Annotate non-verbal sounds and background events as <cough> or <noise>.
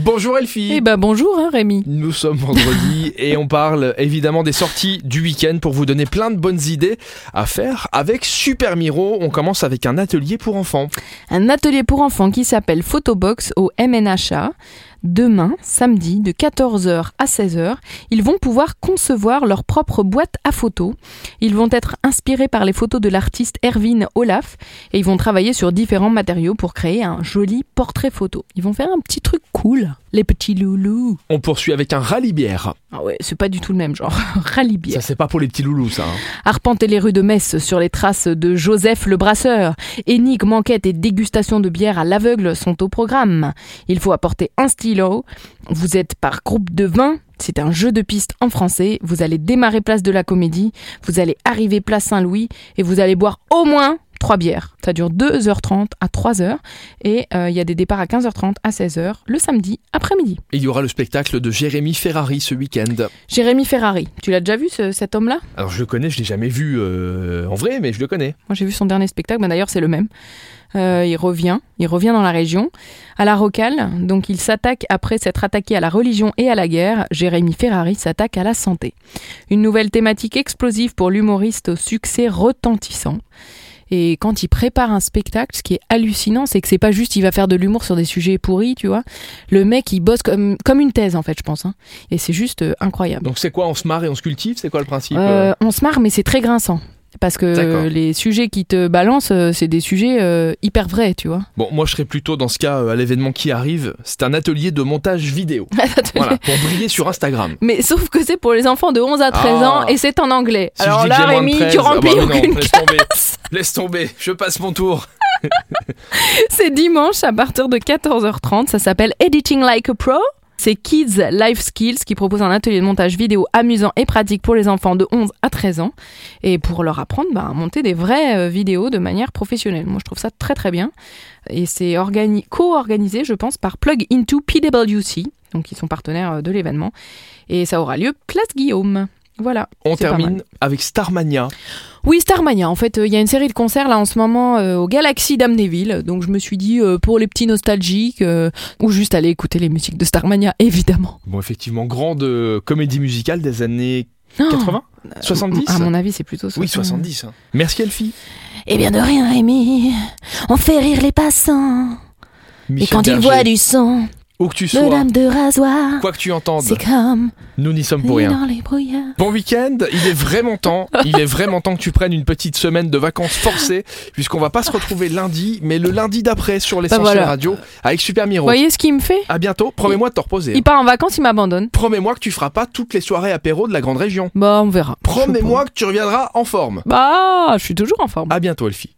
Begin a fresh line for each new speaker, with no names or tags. Bonjour Elfie
Eh ben bonjour hein, Rémi.
Nous sommes vendredi et on parle évidemment des sorties du week-end pour vous donner plein de bonnes idées à faire avec Super Miro. On commence avec un atelier pour enfants.
Un atelier pour enfants qui s'appelle Photobox au MNHA. Demain, samedi, de 14h à 16h, ils vont pouvoir concevoir leur propre boîte à photos. Ils vont être inspirés par les photos de l'artiste Erwin Olaf et ils vont travailler sur différents matériaux pour créer un joli portrait photo. Ils vont faire un petit truc cool, les petits loulous.
On poursuit avec un rallye bière.
Ah ouais, c'est pas du tout le même genre. <laughs> Rallye bière.
Ça c'est pas pour les petits loulous ça. hein.
Arpenter les rues de Metz sur les traces de Joseph le Brasseur. Énigmes, enquêtes et dégustation de bière à l'aveugle sont au programme. Il faut apporter un stylo. Vous êtes par groupe de 20. C'est un jeu de piste en français. Vous allez démarrer place de la Comédie. Vous allez arriver place Saint-Louis. Et vous allez boire au moins 3 bières. Ça dure 2h30 à 3h. Et euh, il y a des départs à 15h30 à 16h le samedi après-midi.
Il y aura le spectacle de Jérémy Ferrari ce week-end.
Jérémy Ferrari, tu l'as déjà vu ce- cet homme-là
Alors je le connais, je l'ai jamais vu euh, en vrai, mais je le connais.
Moi, j'ai vu son dernier spectacle. Bah, D'ailleurs, c'est le même. Euh, il revient, il revient dans la région, à la rocale. Donc, il s'attaque après s'être attaqué à la religion et à la guerre. Jérémy Ferrari s'attaque à la santé. Une nouvelle thématique explosive pour l'humoriste au succès retentissant. Et quand il prépare un spectacle, ce qui est hallucinant, c'est que c'est pas juste il va faire de l'humour sur des sujets pourris, tu vois. Le mec, il bosse comme, comme une thèse, en fait, je pense. hein. Et c'est juste euh, incroyable.
Donc c'est quoi On se marre et on se cultive C'est quoi le principe
Euh, on se marre, mais c'est très grinçant. Parce
D'accord.
que les sujets qui te balancent, euh, c'est des sujets euh, hyper vrais, tu vois.
Bon, moi je serais plutôt dans ce cas euh, à l'événement qui arrive. C'est un atelier de montage vidéo. <laughs> voilà, pour briller sur Instagram.
Mais sauf que c'est pour les enfants de 11 à 13
Ah.
ans et c'est en anglais.
Si je
Alors
dis que
là,
j'ai moins de
Rémi,
13,
tu
ah bah
remplis
oui, non,
aucune
laisse tomber. Laisse tomber, je passe mon tour.
C'est dimanche à partir de 14h30. Ça s'appelle Editing Like a Pro. C'est Kids Life Skills qui propose un atelier de montage vidéo amusant et pratique pour les enfants de 11 à 13 ans et pour leur apprendre bah, à monter des vraies euh, vidéos de manière professionnelle. Moi, je trouve ça très très bien et c'est organi- co-organisé, je pense, par Plug Into PWC, donc ils sont partenaires euh, de l'événement et ça aura lieu place Guillaume. Voilà.
On
C'est pas
termine avec Starmania.
Oui, Starmania. En fait, euh, il y a une série de concerts là en ce moment euh, au Galaxy d'Amnéville. Donc, je me suis dit euh, pour les petits nostalgiques euh, ou juste aller écouter les musiques de Starmania, <laughs> évidemment.
Bon, effectivement, grande euh, comédie musicale des années 80 70
À Oh. Euh, ah, mon avis, c'est plutôt ça.
Oui, 70. hein. Merci Elfie.
Eh bien, de rien, Rémi. On fait rire les passants.
Michel Berger,
du sang
Où que tu sois,
de rasoir,
quoi hein. que tu entendes,
comme
nous n'y sommes pour rien.
les brouillards.
Bon week-end, il est vraiment
<laughs>
temps, il est vraiment temps que tu prennes une petite semaine de vacances forcées, puisqu'on va pas se retrouver lundi, mais le lundi d'après sur l'essentiel
Bah voilà.
radio avec Super Miro.
Vous voyez ce qu'il me fait
À bientôt, promets-moi de te reposer. hein.
Il part en vacances, il m'abandonne.
Promets-moi que tu feras pas toutes les soirées apéro de la grande région.
Bah, on verra.
Promets-moi que tu reviendras en forme.
Bah, je suis toujours en forme.
À bientôt, Elfie.